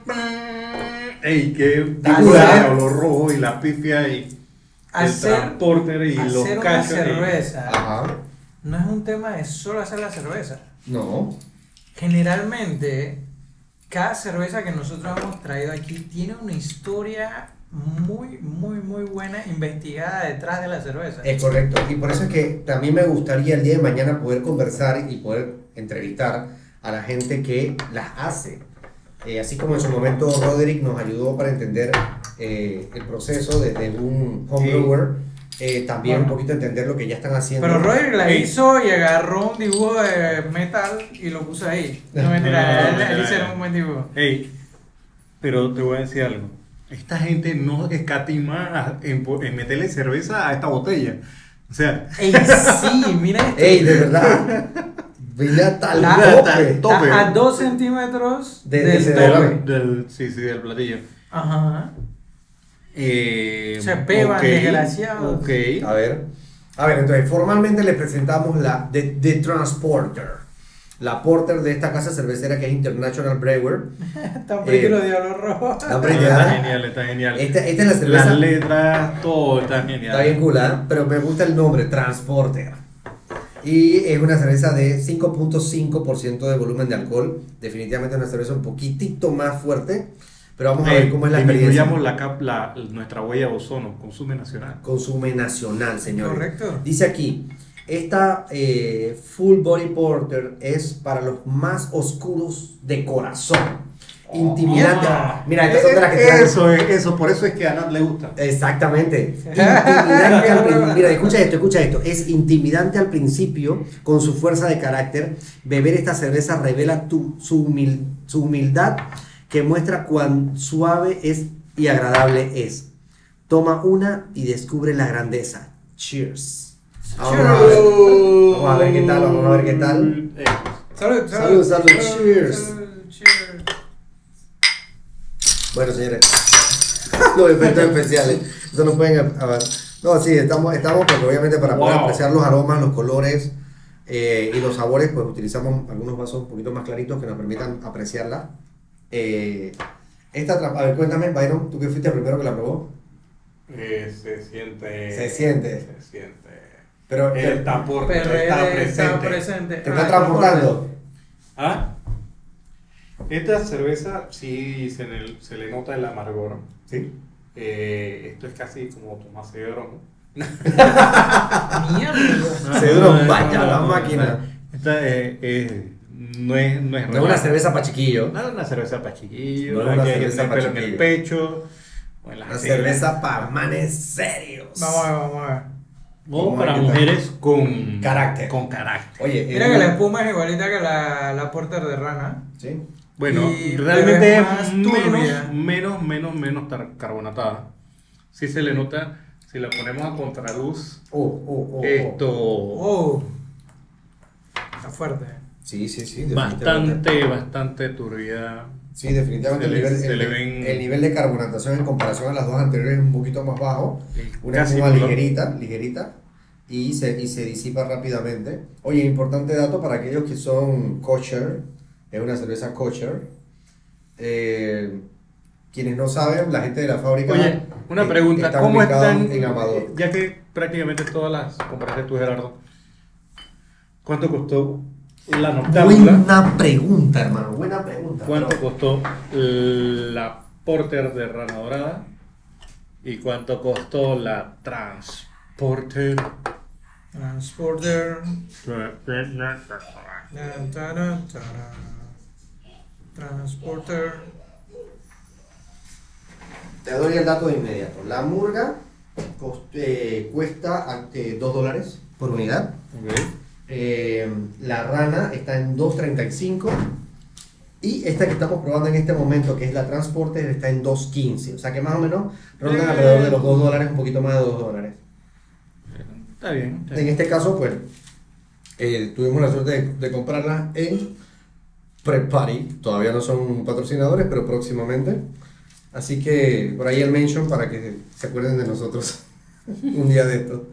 S3: Ey, qué
S1: Dale.
S3: dura, lo rojo y la pifia y el
S1: Hacer,
S3: transporter y los
S1: hacer una
S3: cachos. y-
S1: cerveza
S2: Ajá.
S1: no es un tema de solo hacer la cerveza.
S2: No.
S1: Generalmente, cada cerveza que nosotros hemos traído aquí tiene una historia muy, muy, muy buena investigada detrás de la cerveza.
S2: Es correcto. Y por eso es que también me gustaría el día de mañana poder conversar y poder entrevistar a la gente que las hace. Eh, así como en su momento Roderick nos ayudó para entender eh, el proceso desde un homebrewer, eh, también un poquito entender lo que ya están haciendo.
S1: Pero Roderick la
S3: Ey.
S1: hizo y agarró un dibujo de metal y lo puso ahí. No mentira,
S3: No,
S1: él,
S3: no,
S1: él
S3: no,
S1: hizo
S3: no.
S1: un buen dibujo.
S3: Ey, pero te voy a decir algo. Esta gente no escatima en, po- en meterle cerveza a esta botella. O sea,
S1: Ey, sí, mira esto.
S2: ¡Ey, de verdad! Vine hasta el
S1: La-
S2: tope.
S3: to- tope.
S1: Está a dos centímetros
S2: De-
S1: del
S2: de- de-
S1: tope.
S3: del, sí, sí, del platillo.
S1: Ajá.
S3: Eh,
S1: Se peban,
S3: ok,
S1: desgraciados.
S3: Ok.
S2: A ver. A ver, entonces formalmente les presentamos la The, The Transporter. La porter de esta casa cervecera que es International Brewer.
S1: Tan
S2: Eh,
S1: pretty los diablos rojos.
S2: La
S3: Está
S2: premiada.
S3: genial, está genial.
S2: Esta, esta es la cerveza.
S3: Las letras, todo está genial.
S2: Está bien cool, ¿ah? pero me gusta el nombre, Transporter. Y es una cerveza de 5.5% de volumen de alcohol. Definitivamente una cerveza un poquitito más fuerte. Pero vamos a ver
S3: Ey,
S2: cómo es la experiencia.
S3: Eh, disminuyamos la cap- la- nuestra huella de ozono, consume nacional.
S2: Consume nacional, señores.
S1: Correcto.
S2: Dice aquí, esta eh, Full Body Porter es para los más oscuros de corazón. Intimidante.
S1: Ah.
S2: Mira, estas son de las que
S3: Eh,
S2: traen-
S3: eso es, eso, por eso es que a Nat le gusta.
S2: Exactamente. Intimidante al prin- Mira, escucha esto, escucha esto. Es intimidante al principio con su fuerza de carácter. Beber esta cerveza revela tu, su, humil- su humildad que muestra cuán suave es y agradable es. Toma una y descubre la grandeza. Cheers. Vamos a ver. Vamos a ver qué tal, vamos a ver qué tal.
S3: Eh,
S1: Salud,
S2: Salud, salud, cheers.
S1: salud, cheers.
S2: Bueno, señores, los efectos especiales. Eso no pueden. a ver, No, sí, estamos, estamos porque obviamente para poder
S3: Wow.
S2: apreciar los aromas, los colores eh, y los sabores, pues utilizamos algunos vasos un poquito más claritos que nos permitan apreciarla. Eh, esta, tra- a ver, cuéntame, Byron, tú que fuiste el primero que la probó.
S3: eh, se siente.
S2: Se siente.
S3: Se siente.
S2: Pero
S3: Él
S2: te,
S3: está por.
S1: Pero
S3: está
S1: él
S3: presente.
S1: está presente.
S2: te
S1: Ah,
S2: está transportando.
S3: ¿Ah? Esta cerveza sí se le, se le nota el amargor.
S2: Sí.
S3: Eh, esto es casi como tomar cedrón.
S1: Mierda.
S2: Cedrón, vaya la máquina.
S3: Esta eh, eh, no es. No es
S2: No es una
S3: relajante.
S2: cerveza para chiquillo.
S3: No es una cerveza para chiquillos,
S2: No es
S3: la
S2: una
S3: que hay que
S2: cerveza
S3: tener
S2: para
S3: pelo en el
S2: chiquillos.
S3: pecho, o en las
S2: Una
S3: cejas.
S2: cerveza para manes serios.
S1: Vamos a ver, vamos a ver.
S3: No,
S2: Vamos a ver qué
S3: para
S2: tal.
S3: mujeres con
S2: Carácter.
S3: Con carácter.
S2: Oye,
S1: Mira
S2: eh,
S1: que la espuma es igualita que la, la porter de rana.
S2: Sí.
S3: Bueno,
S1: Y-
S3: realmente
S1: pero
S3: es
S1: es más turbia.
S3: menos, menos, menos, menos tar- carbonatada. Si se le nota, si la ponemos a contraluz,
S2: Oh, oh, oh, oh.
S3: esto
S1: Oh. Está fuerte.
S2: Sí, sí, sí. definitivamente.
S3: bastante, bastante turbia.
S2: Sí, definitivamente
S3: Se
S2: el,
S3: le-
S2: nivel,
S3: se
S2: el-
S3: le ven-
S2: el nivel de carbonatación en comparación a las dos anteriores es un poquito más bajo. Una
S3: Casi
S2: espuma
S3: color-
S2: ligerita, ligerita. y se, y se disipa rápidamente. Oye, importante dato para aquellos que son kosher, es una cerveza kosher. Eh, quienes no saben, la gente de la fábrica.
S3: Oye, una
S2: eh,
S3: pregunta,
S2: está
S3: ¿cómo
S2: ubicado
S3: están?
S2: En Amador.
S3: Ya que prácticamente todas las compraste tú, Gerardo. ¿Cuánto costó la noctámbula?
S2: Buena pregunta, hermano. Buena pregunta.
S3: ¿Cuánto costó la Porter de Rana Dorada? ¿Y cuánto costó la Transporter?
S1: Transporter. Tan, taran, taran. Transporter.
S2: Te doy el dato de inmediato. La murga cost- eh, cuesta 2 dólares por unidad. Eh, la rana está en 2.35 y esta que estamos probando en este momento, que es la transporte, está en 2.15. O sea que más o menos rondan
S3: Eh.
S2: alrededor de los 2 dólares, un poquito más de 2 dólares.
S3: Está bien. está
S2: En
S3: bien.
S2: este caso, pues, eh, tuvimos la suerte de, de comprarla en Prepari. Todavía no son patrocinadores, pero próximamente. Así que por ahí el mention para que se acuerden de nosotros un día de esto.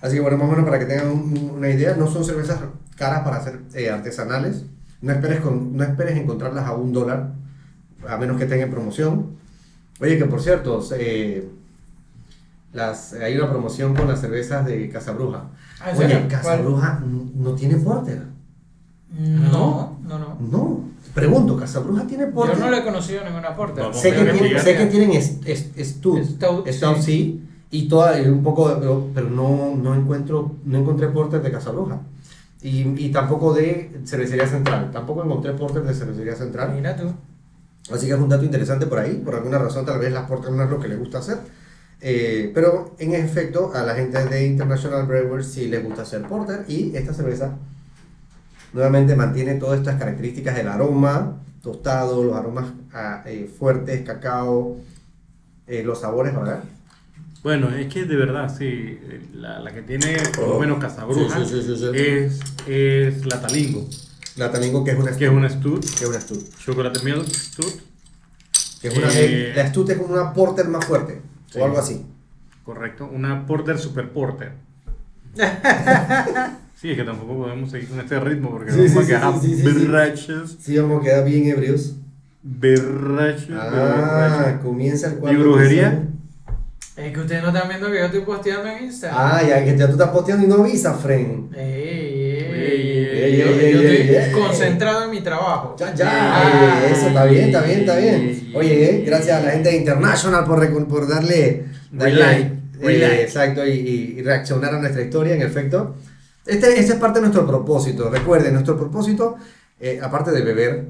S2: Así que bueno, más o menos para que tengan un- una idea, no son cervezas caras para hacer eh, artesanales. No esperes, con- no esperes encontrarlas a un dólar, a menos que estén en promoción. Oye, que por cierto, eh, las, hay una promoción con las cervezas de Casabruja.
S1: Ah, ¿en
S2: Oye,
S1: serio?
S2: Casabruja n- no tiene porter.
S1: No, no, no.
S2: No, pregunto, ¿Casabruja tiene
S1: Yo
S2: porter?
S1: no lo he conocido ninguna Porter.
S3: Vamos
S2: Sé que,
S3: Voy a
S2: tienen,
S3: investigar.
S2: sé que tienen es- es- Stout,
S1: Stout,
S2: Stout,
S1: sí.
S2: sí, y toda, y un poco, de- pero, pero no, no encuentro, no encontré porter de Casabruja. Y, y tampoco de Cervecería Central, tampoco encontré porter de Cervecería Central.
S1: Mira tú.
S2: Así que es un dato interesante por ahí, por alguna razón tal vez las porter no es lo que les gusta hacer. Eh, pero en efecto, a la gente de International Brewers sí les gusta hacer porter y esta cerveza nuevamente mantiene todas estas características del aroma tostado, los aromas ah, eh, fuertes, cacao, eh, los sabores, ¿verdad?
S3: Bueno, es que de verdad, sí. La, la que tiene por lo
S2: Oh.
S3: menos Casabruja
S2: Sí, sí, sí, sí, sí.
S3: Es, es la Talingo,
S2: La talingo que es una
S3: que es
S2: stout,
S3: una Stout,
S2: que es una stout,
S3: chocolate milk Stout,
S2: que es una-
S3: Eh.
S2: la stout es como una porter más fuerte
S3: Sí.
S2: o algo así.
S3: correcto, una Porter Super Porter. sí, es que tampoco podemos seguir con este ritmo porque
S2: Sí,
S3: vamos
S2: sí,
S3: a
S2: sí,
S3: quedar
S2: sí, sí, sí, sí.
S3: berrachos,
S2: Sí, vamos a quedar bien ebrios.
S3: berrachos,
S2: Ah,
S3: berrachos.
S2: comienza el cuarto.
S3: brujería?
S2: episodio.
S1: Es que ustedes no están viendo que yo estoy posteando en Instagram.
S2: Ah, ya que ya tú estás posteando y no visa, friend.
S1: Ey, ey,
S3: Ey,
S1: ey,
S3: ey,
S1: yo-
S2: ey,
S1: yo
S2: ey,
S1: estoy
S2: ey, ey.
S1: concentrado en mi trabajo.
S2: Ya, ya,
S1: Ah.
S2: eh, eso está bien, está bien, está bien. Oye, eh, gracias a la gente de International por, recon- por darle, darle,
S3: Relay,
S2: eh,
S3: relay.
S2: exacto, y, y- y reaccionar a nuestra historia, en efecto. Este, este es parte de nuestro propósito. Recuerden, nuestro propósito, eh, aparte de beber,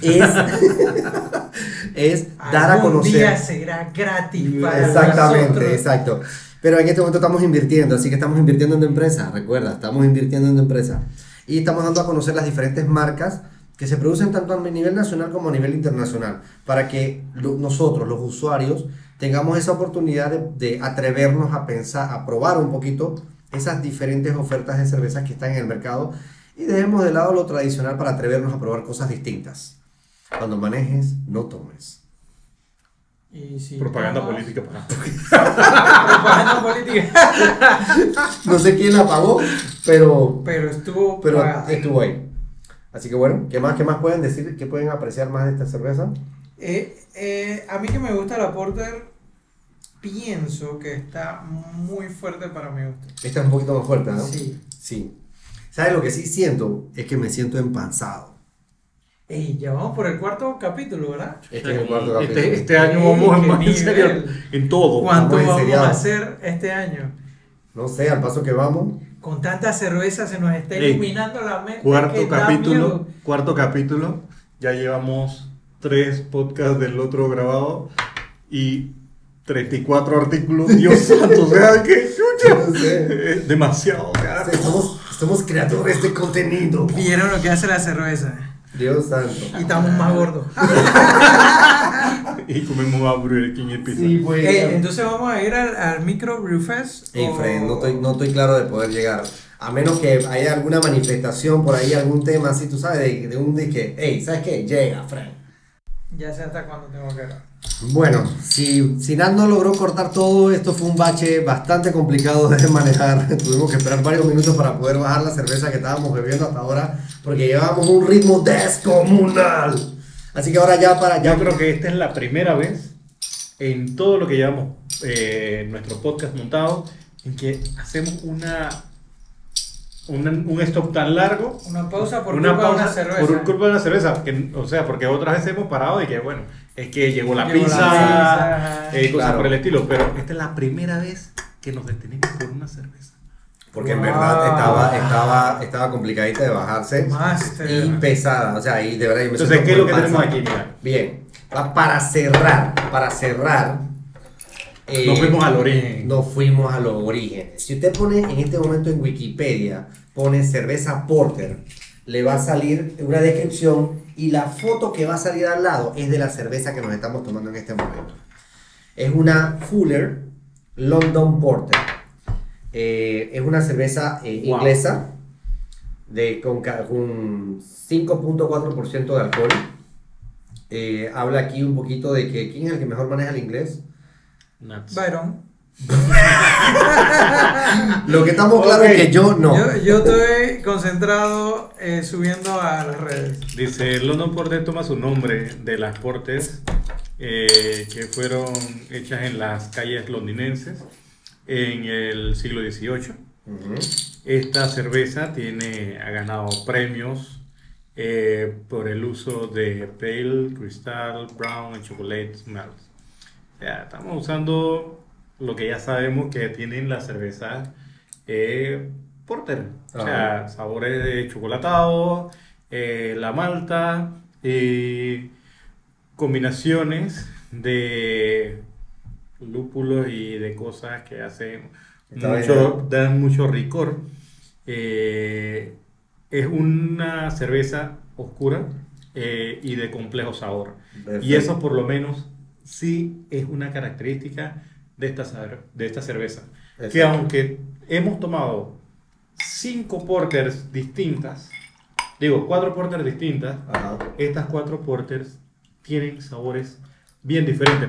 S2: es, es dar a
S1: Algún
S2: conocer.
S1: día será gratis para
S2: Exactamente,
S1: nosotros.
S2: exacto. Pero en este momento estamos invirtiendo, así que estamos invirtiendo en tu empresa, recuerda, estamos invirtiendo en tu empresa. Y estamos dando a conocer las diferentes marcas que se producen tanto a nivel nacional como a nivel internacional, para que lo- nosotros, los usuarios, tengamos esa oportunidad de, de atrevernos a pensar, a probar un poquito esas diferentes ofertas de cervezas que están en el mercado y dejemos de lado lo tradicional para atrevernos a probar cosas distintas. Cuando manejes, no tomes.
S1: Y si
S3: Propaganda
S1: tomas-
S3: política para
S1: Propaganda política.
S2: No sé quién la pagó, pero,
S1: Pero estuvo
S2: pero eh.
S1: pagada.
S2: estuvo ahí. Así que bueno, ¿qué más, qué más pueden decir? ¿Qué pueden apreciar más de esta cerveza?
S1: Eh, eh, a mí que me gusta la Porter, pienso que está muy fuerte para mi gusto.
S2: Esta es un poquito más fuerte, ¿no?
S1: Sí.
S2: Sí. ¿Sabes lo que sí siento? Es que me siento empanzado.
S1: Ey, ya vamos por el cuarto capítulo, ¿verdad?
S2: Este es el cuarto capítulo.
S3: Este, este año vamos
S1: Ey,
S3: en-
S1: qué
S3: en serio,
S1: nivel.
S3: en todo.
S1: ¿Cuánto
S2: Oh, en
S1: vamos
S2: seriado.
S1: a hacer este año?
S2: No sé, al paso que vamos.
S1: Con tanta cerveza se nos está
S3: Ey,
S1: iluminando la mente. que
S3: Cuarto
S1: da
S3: capítulo,
S1: miedo.
S3: cuarto capítulo. Ya llevamos tres podcasts del otro grabado y 34 artículos. Dios santo, o sea, que chucha.
S2: No sé.
S3: Eh, Demasiado, o sea.
S2: Estamos, estamos creando este contenido.
S1: Vieron lo que hace la cerveza.
S2: Dios santo.
S1: Y estamos más gordos.
S3: Y comemos a Burger King y pizza.
S2: pues.
S1: Ey, entonces vamos a ir al, al Micro Brew Fest.
S2: Ey,
S1: o-
S2: Fred, no estoy, no estoy claro de poder llegar. A menos que haya alguna manifestación por ahí, algún tema así, tú sabes, de, de un de que, hey, ¿sabes qué? Llega, Fred.
S1: Ya sé hasta cuándo tengo que grabar.
S2: Bueno, si, si Nat no logró cortar todo, esto fue un bache bastante complicado de manejar. Tuvimos que esperar varios minutos para poder bajar la cerveza que estábamos bebiendo hasta ahora, porque llevábamos un ritmo descomunal. Así que ahora ya para ya.
S3: Yo creo que esta es la primera vez en todo lo que llevamos eh, nuestro podcast montado en que hacemos una, una- un stop tan largo
S1: Una pausa por
S3: una
S1: culpa de
S3: pausa
S1: una cerveza.
S3: por un culpa de una cerveza. que- o sea, porque otras veces hemos parado y que, bueno, es que llegó la
S1: Llegó la
S3: pizza,
S1: pizza, ajá.
S3: eh, cosas
S2: Claro.
S3: por el estilo. Pero esta es la primera vez que nos detenemos por una cerveza.
S2: Porque en
S1: Wow.
S2: verdad estaba, estaba, estaba complicadita de bajarse.
S1: Master.
S2: Y pesada. O sea, y de verdad yo me
S3: Entonces,
S2: siento
S3: ¿qué es lo
S2: muy
S3: que
S2: panza.
S3: tenemos aquí? Mira,
S2: Bien. Pa- Para cerrar, para cerrar. eh,
S3: nos fuimos al origen.
S2: Nos fuimos a los orígenes. Si usted pone en este momento en Wikipedia, pone cerveza porter, le va a salir una descripción y la foto que va a salir al lado es de la cerveza que nos estamos tomando en este momento. Es una Fuller London Porter. Eh, es una cerveza eh,
S3: Wow.
S2: inglesa de, con, ca- con 5.4% de alcohol. Eh, habla aquí un poquito de que quién es el que mejor maneja el inglés.
S3: Nuts.
S1: Byron.
S2: Lo que estamos claro
S3: Ok.
S2: es que yo no.
S1: Yo, yo estoy concentrado eh, subiendo a las redes.
S3: Dice, London Porter toma su nombre de las portes eh, que fueron hechas en las calles londinenses en el siglo XVIII.
S2: Ujú.
S3: Esta cerveza tiene, ha ganado premios eh, por el uso de pale, cristal, brown y chocolate smells. O sea, estamos usando lo que ya sabemos que tienen las cervezas eh, porter. O sea, sabores de chocolatado, eh, la malta y combinaciones de lúpulos y de cosas que hacen
S2: Está
S3: mucho, dan mucho ricor. Eh, es una cerveza oscura eh, y de complejo sabor. Y
S2: Perfecto.
S3: eso por lo menos sí es una característica de esta, cer- de esta cerveza. Que
S2: Exacto.
S3: aunque hemos tomado cinco porters distintas, digo, cuatro porters distintas,
S2: Ajá.
S3: estas cuatro porters tienen sabores bien diferentes.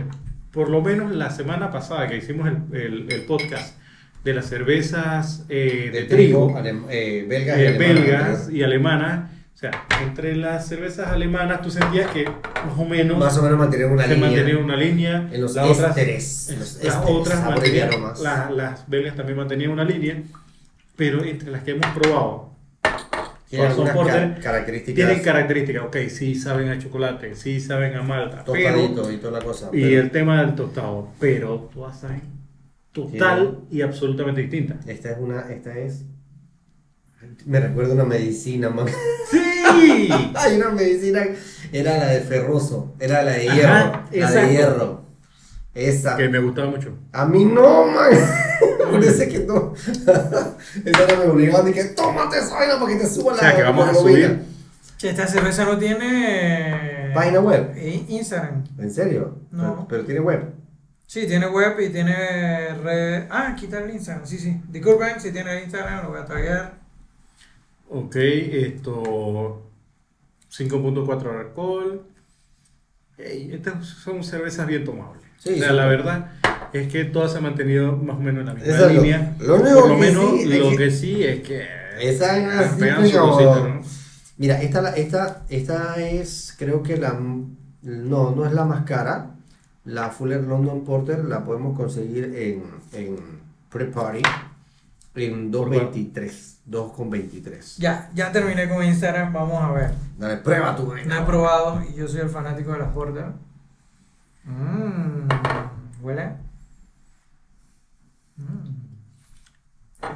S3: Por lo menos la semana pasada que hicimos el, el- el podcast de las cervezas eh, de, trigo,
S2: alem- eh,
S3: eh,
S2: belgas, y alemanas,
S3: belgas y alemanas, o sea, entre las cervezas alemanas tú sentías que más o menos
S2: más o menos mantener una
S3: se
S2: línea.
S3: mantenía una línea.
S2: En los
S3: las otras-
S2: ésteres, en los este,
S3: las
S2: ésteres,
S3: otras
S2: sabores
S3: mantenían-
S2: y aromas.
S3: la- las belgas también mantenían una línea, pero entre las que hemos probado
S2: Tiene
S3: Son
S2: algunas
S3: porter,
S2: ca- características.
S3: tienen características, ok, sí saben a chocolate, sí saben a malta, pero,
S2: tostaditos y toda la cosa.
S3: y
S2: pero
S3: el tema del tostado, pero todas saben total y absolutamente distintas.
S2: Esta es una, esta es. Me recuerda una medicina, man.
S3: ¡Sí!
S2: Hay una medicina. Era la de ferroso. Era la de
S3: Ajá,
S2: hierro. la
S3: exacto.
S2: de hierro. Esa.
S3: que me gustaba mucho.
S2: A mí no, man. Parece que no. Esa no me obligaba a que tómate esa vaina para que te suba
S3: O
S2: la.
S3: sea, que vamos
S2: la
S3: a
S2: bobina".
S3: subir.
S1: Esta cerveza no tiene.
S2: Página web.
S1: I- Instagram.
S2: ¿En serio?
S1: No.
S2: Pero, pero tiene web.
S1: Sí, tiene web y tiene red. Ah, quita el Instagram. Sí, sí. Disculpen si tiene el Instagram, lo voy a traer.
S3: Ok, esto. 5.4 de alcohol. Ey, estas son cervezas bien tomables.
S2: Sí,
S3: o sea,
S2: sí.
S3: la verdad es que todas se han mantenido más o menos en la misma
S2: Esa es lo-
S3: línea.
S2: lo único
S3: Por lo
S2: que
S3: menos
S2: sí es
S3: lo
S2: que-
S3: que, sí es que.
S2: Esa es así,
S3: pegan su
S2: pero-
S3: cosita, ¿no?
S2: Mira, esta, la- esta, esta es, creo que la... No, no es la más cara. La Fuller London Porter la podemos conseguir en, en pre-party en 2.23. 2.23.
S1: Ya, ya terminé con Instagram. Vamos a ver.
S2: Dale, prueba tu
S1: No he
S2: vaina.
S1: probado y yo soy el fanático de las porter. Mmm. Huele. Mm.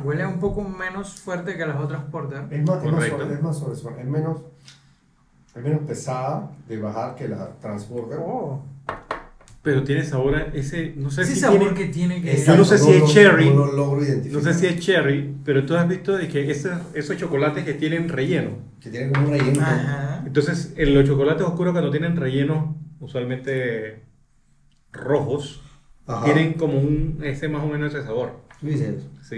S1: Huele un poco menos fuerte que las otras porter.
S2: Es más,
S3: es más Correcto. sobre- es
S2: menos, es menos pesada de bajar que la Transporter.
S1: Oh,
S3: Pero tiene sabor a ese. No sé
S1: ese
S3: si
S1: sabor
S3: tiene-
S1: que tiene que.
S3: Exacto. Yo no sé si es cherry.
S2: No lo logro
S3: No
S2: identificar.
S3: sé si es cherry, pero tú has visto de que esos, esos chocolates que tienen relleno.
S2: Que tiene como un relleno.
S1: Ajá.
S3: Entonces, en los chocolates oscuros cuando tienen relleno, usualmente rojos,
S2: Ajá.
S3: tienen como un ese más o menos ese sabor.
S2: ¿Tú dices?
S3: Sí.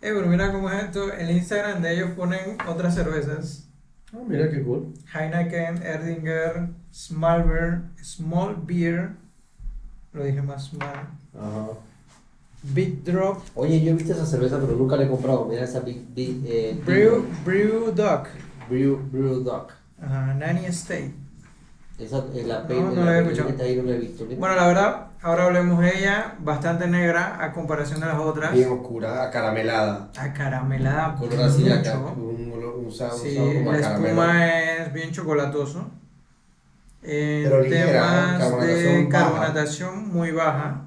S1: Eh, pero mira cómo es esto. El Instagram de ellos ponen otras cervezas.
S2: Ah, mira qué cool.
S1: Heineken, Erdinger, small beer, small beer, lo dije más mal,
S4: Ajá.
S1: big drop,
S2: Oye, yo he visto esa cerveza, pero nunca la he comprado. Mira esa Big, big eh, Big
S1: brew, brew duck,
S2: Brew, brew Duck.
S1: ajá, nanny state.
S2: Esa es la
S1: No,
S2: P
S1: no
S2: de
S1: la
S2: la
S1: he
S2: P-
S1: escuchado.
S2: esta ahí no la he visto. Mira.
S1: Bueno, la verdad, ahora hablemos de ella, bastante negra a comparación de las otras,
S4: Bien oscura, acaramelada.
S1: acaramelada
S2: Color así acá,
S1: mucho.
S4: Un, olor- un sa- un
S1: Sí,
S4: sabor como a
S1: la
S4: caramelo.
S1: espuma es bien chocolatoso. En
S4: Pero ligera,
S1: temas de
S4: carbonatación baja.
S1: carbonatación muy baja.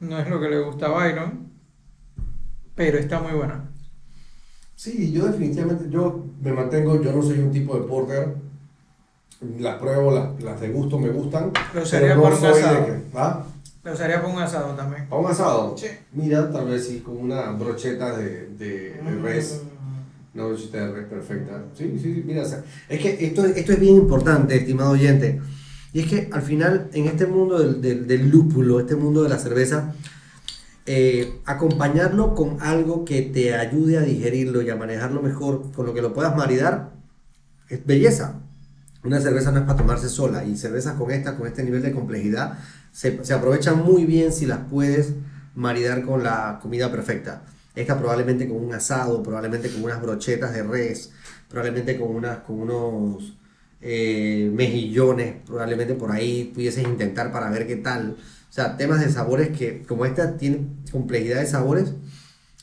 S1: No es lo que le gusta a Byron. Pero está muy buena.
S4: Sí, yo definitivamente, yo me mantengo, yo no soy un tipo de porter. Las pruebo, las, las degusto, me gustan.
S1: Lo usaría
S4: Pero no
S1: para un
S4: soy de
S1: asado.
S4: que, ¿ah?
S1: La usaría para un asado también.
S4: ¿Para un asado?
S1: Sí.
S4: Mira, tal vez sí, con una brocheta de, de,
S1: Mm.
S4: de res. Una brocheta de res perfecta. Sí, sí, sí, mira, o sea, es que esto, esto es bien importante, estimado oyente. Y es que al final, en este mundo del, del- del lúpulo, este mundo de la cerveza, eh, acompañarlo con algo que te ayude a digerirlo y a manejarlo mejor, con lo que lo puedas maridar, es belleza. Una cerveza no es para tomarse sola y cervezas con esta, con este nivel de complejidad, se, se aprovechan muy bien si las puedes maridar con la comida perfecta. Esta probablemente con un asado, probablemente con unas brochetas de res, probablemente con, unas, con unos eh, mejillones, probablemente por ahí pudieses intentar para ver qué tal. O sea, temas de sabores que, como esta tiene complejidad de sabores,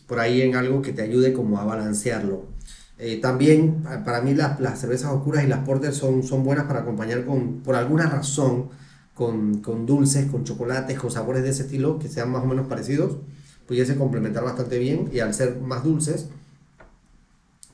S4: por ahí en algo que te ayude como a balancearlo. Eh, también pa- para mí las, las cervezas oscuras y las porter son, son buenas para acompañar con, por alguna razón, con, con dulces, con chocolates, con sabores de ese estilo que sean más o menos parecidos, pudiese complementar bastante bien y al ser más dulces,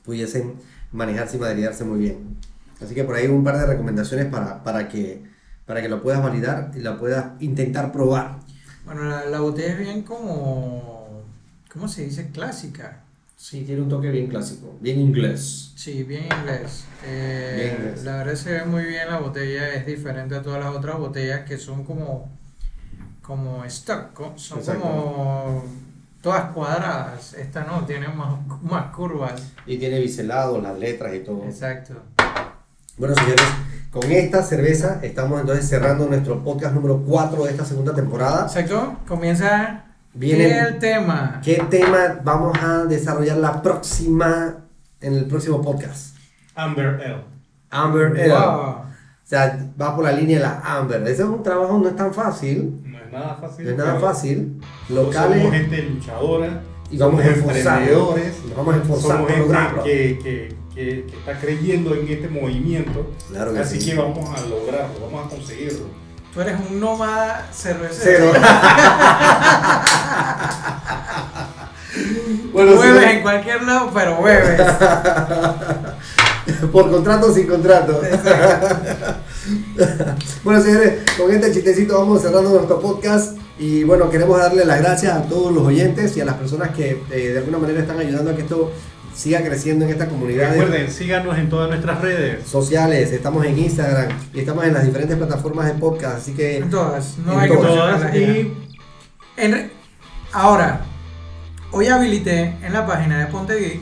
S4: pudiesen manejarse y madridarse muy bien. Así que por ahí un par de recomendaciones para, para, que, para que lo puedas validar y la puedas intentar probar.
S1: Bueno, la, la botella es bien como. ¿Cómo se dice? Clásica.
S4: Sí, tiene un toque bien clásico, bien inglés.
S1: Sí, bien inglés. Eh,
S4: Bien inglés.
S1: La verdad se ve muy bien la botella, es diferente a todas las otras botellas que son como, como stock, co- son
S4: Exacto.
S1: como todas cuadradas. Esta no, tiene más, más curvas.
S4: Y tiene biselado, las letras y todo.
S1: Exacto.
S4: Bueno, señores, con esta cerveza estamos entonces cerrando nuestro podcast número 4 de esta segunda temporada.
S1: Exacto, comienza
S4: Viene-
S1: el tema.
S4: ¿Qué tema vamos a desarrollar la próxima, en el próximo podcast?
S3: Amber L.
S4: Amber Ale.
S1: Wow.
S4: O sea, va por la línea de la Amber. Ese es un trabajo, no es tan fácil.
S3: No es nada fácil.
S4: No es nada
S3: pero
S4: fácil.
S3: somos
S4: Locales
S3: gente luchadora.
S4: y vamos a
S3: somos
S4: esforzar.
S3: emprendedores,
S4: Nos vamos a esforzar
S3: Somos
S4: por lograrlo.
S3: gente que, que, que- que está creyendo en este movimiento.
S4: Claro que
S3: Así
S4: sí.
S3: que vamos a lograrlo, vamos a conseguirlo.
S1: Tú eres un nómada cervecero.
S4: Cero. bueno,
S1: Mueves
S4: señores,
S1: en cualquier lado, pero mueves.
S4: por contrato o sin contrato. Bueno, señores, con este chistecito vamos cerrando nuestro podcast. Y bueno, queremos darle las gracias a todos los oyentes y a las personas que eh, de alguna manera están ayudando a que esto siga creciendo en esta comunidad. de-
S3: Recuerden, síganos en todas nuestras redes.
S4: sociales, estamos en Instagram y estamos en las diferentes plataformas de podcast, así que
S1: En todas, no
S4: En
S1: hay que
S4: todas.
S1: mencionar
S3: Todas
S1: las ideas.
S3: y
S1: En re- Ahora, hoy habilité en la página de Ponte Geek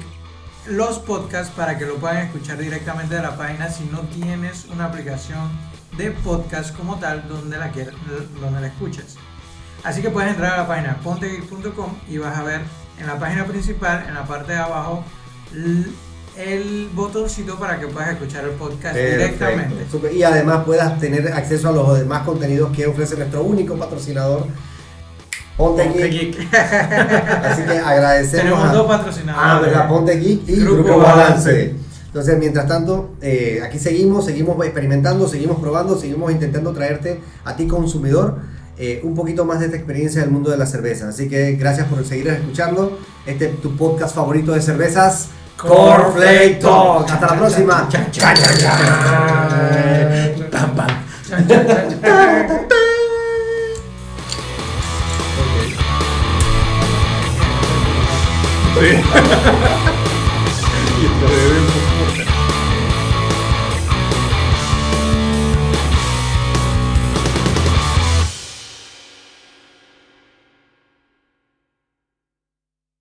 S1: los podcasts para que lo puedan escuchar directamente de la página si no tienes una aplicación de podcast como tal donde la, quier- donde la escuches. Así que puedes entrar a la página pontegeek.com y vas a ver en la página principal, en la parte de abajo, l- el botoncito para que puedas escuchar el podcast
S4: eh, Perfecto.
S1: directamente.
S4: Super. Y además puedas tener acceso a los demás contenidos que ofrece nuestro único patrocinador, Ponte
S3: Ponte
S4: Geek.
S3: Geek.
S4: Así que agradecemos
S1: Tenemos dos
S4: a, a
S1: patrocinadores.
S4: Ah, ¿verdad? Ponte Geek y Grupo,
S1: Grupo
S4: Balance.
S1: Balance.
S4: Entonces, mientras tanto, eh, aquí seguimos, seguimos experimentando, seguimos probando, seguimos intentando traerte a ti, consumidor, eh, un poquito más de esta experiencia del mundo de la cerveza. Así que gracias por seguir escuchando. Este es tu podcast favorito de cervezas, Cornflake Talk. Hasta la
S1: Ah.
S4: próxima. Ah.
S1: Chan, chan, chan, chan.
S3: Sí. Y te deben-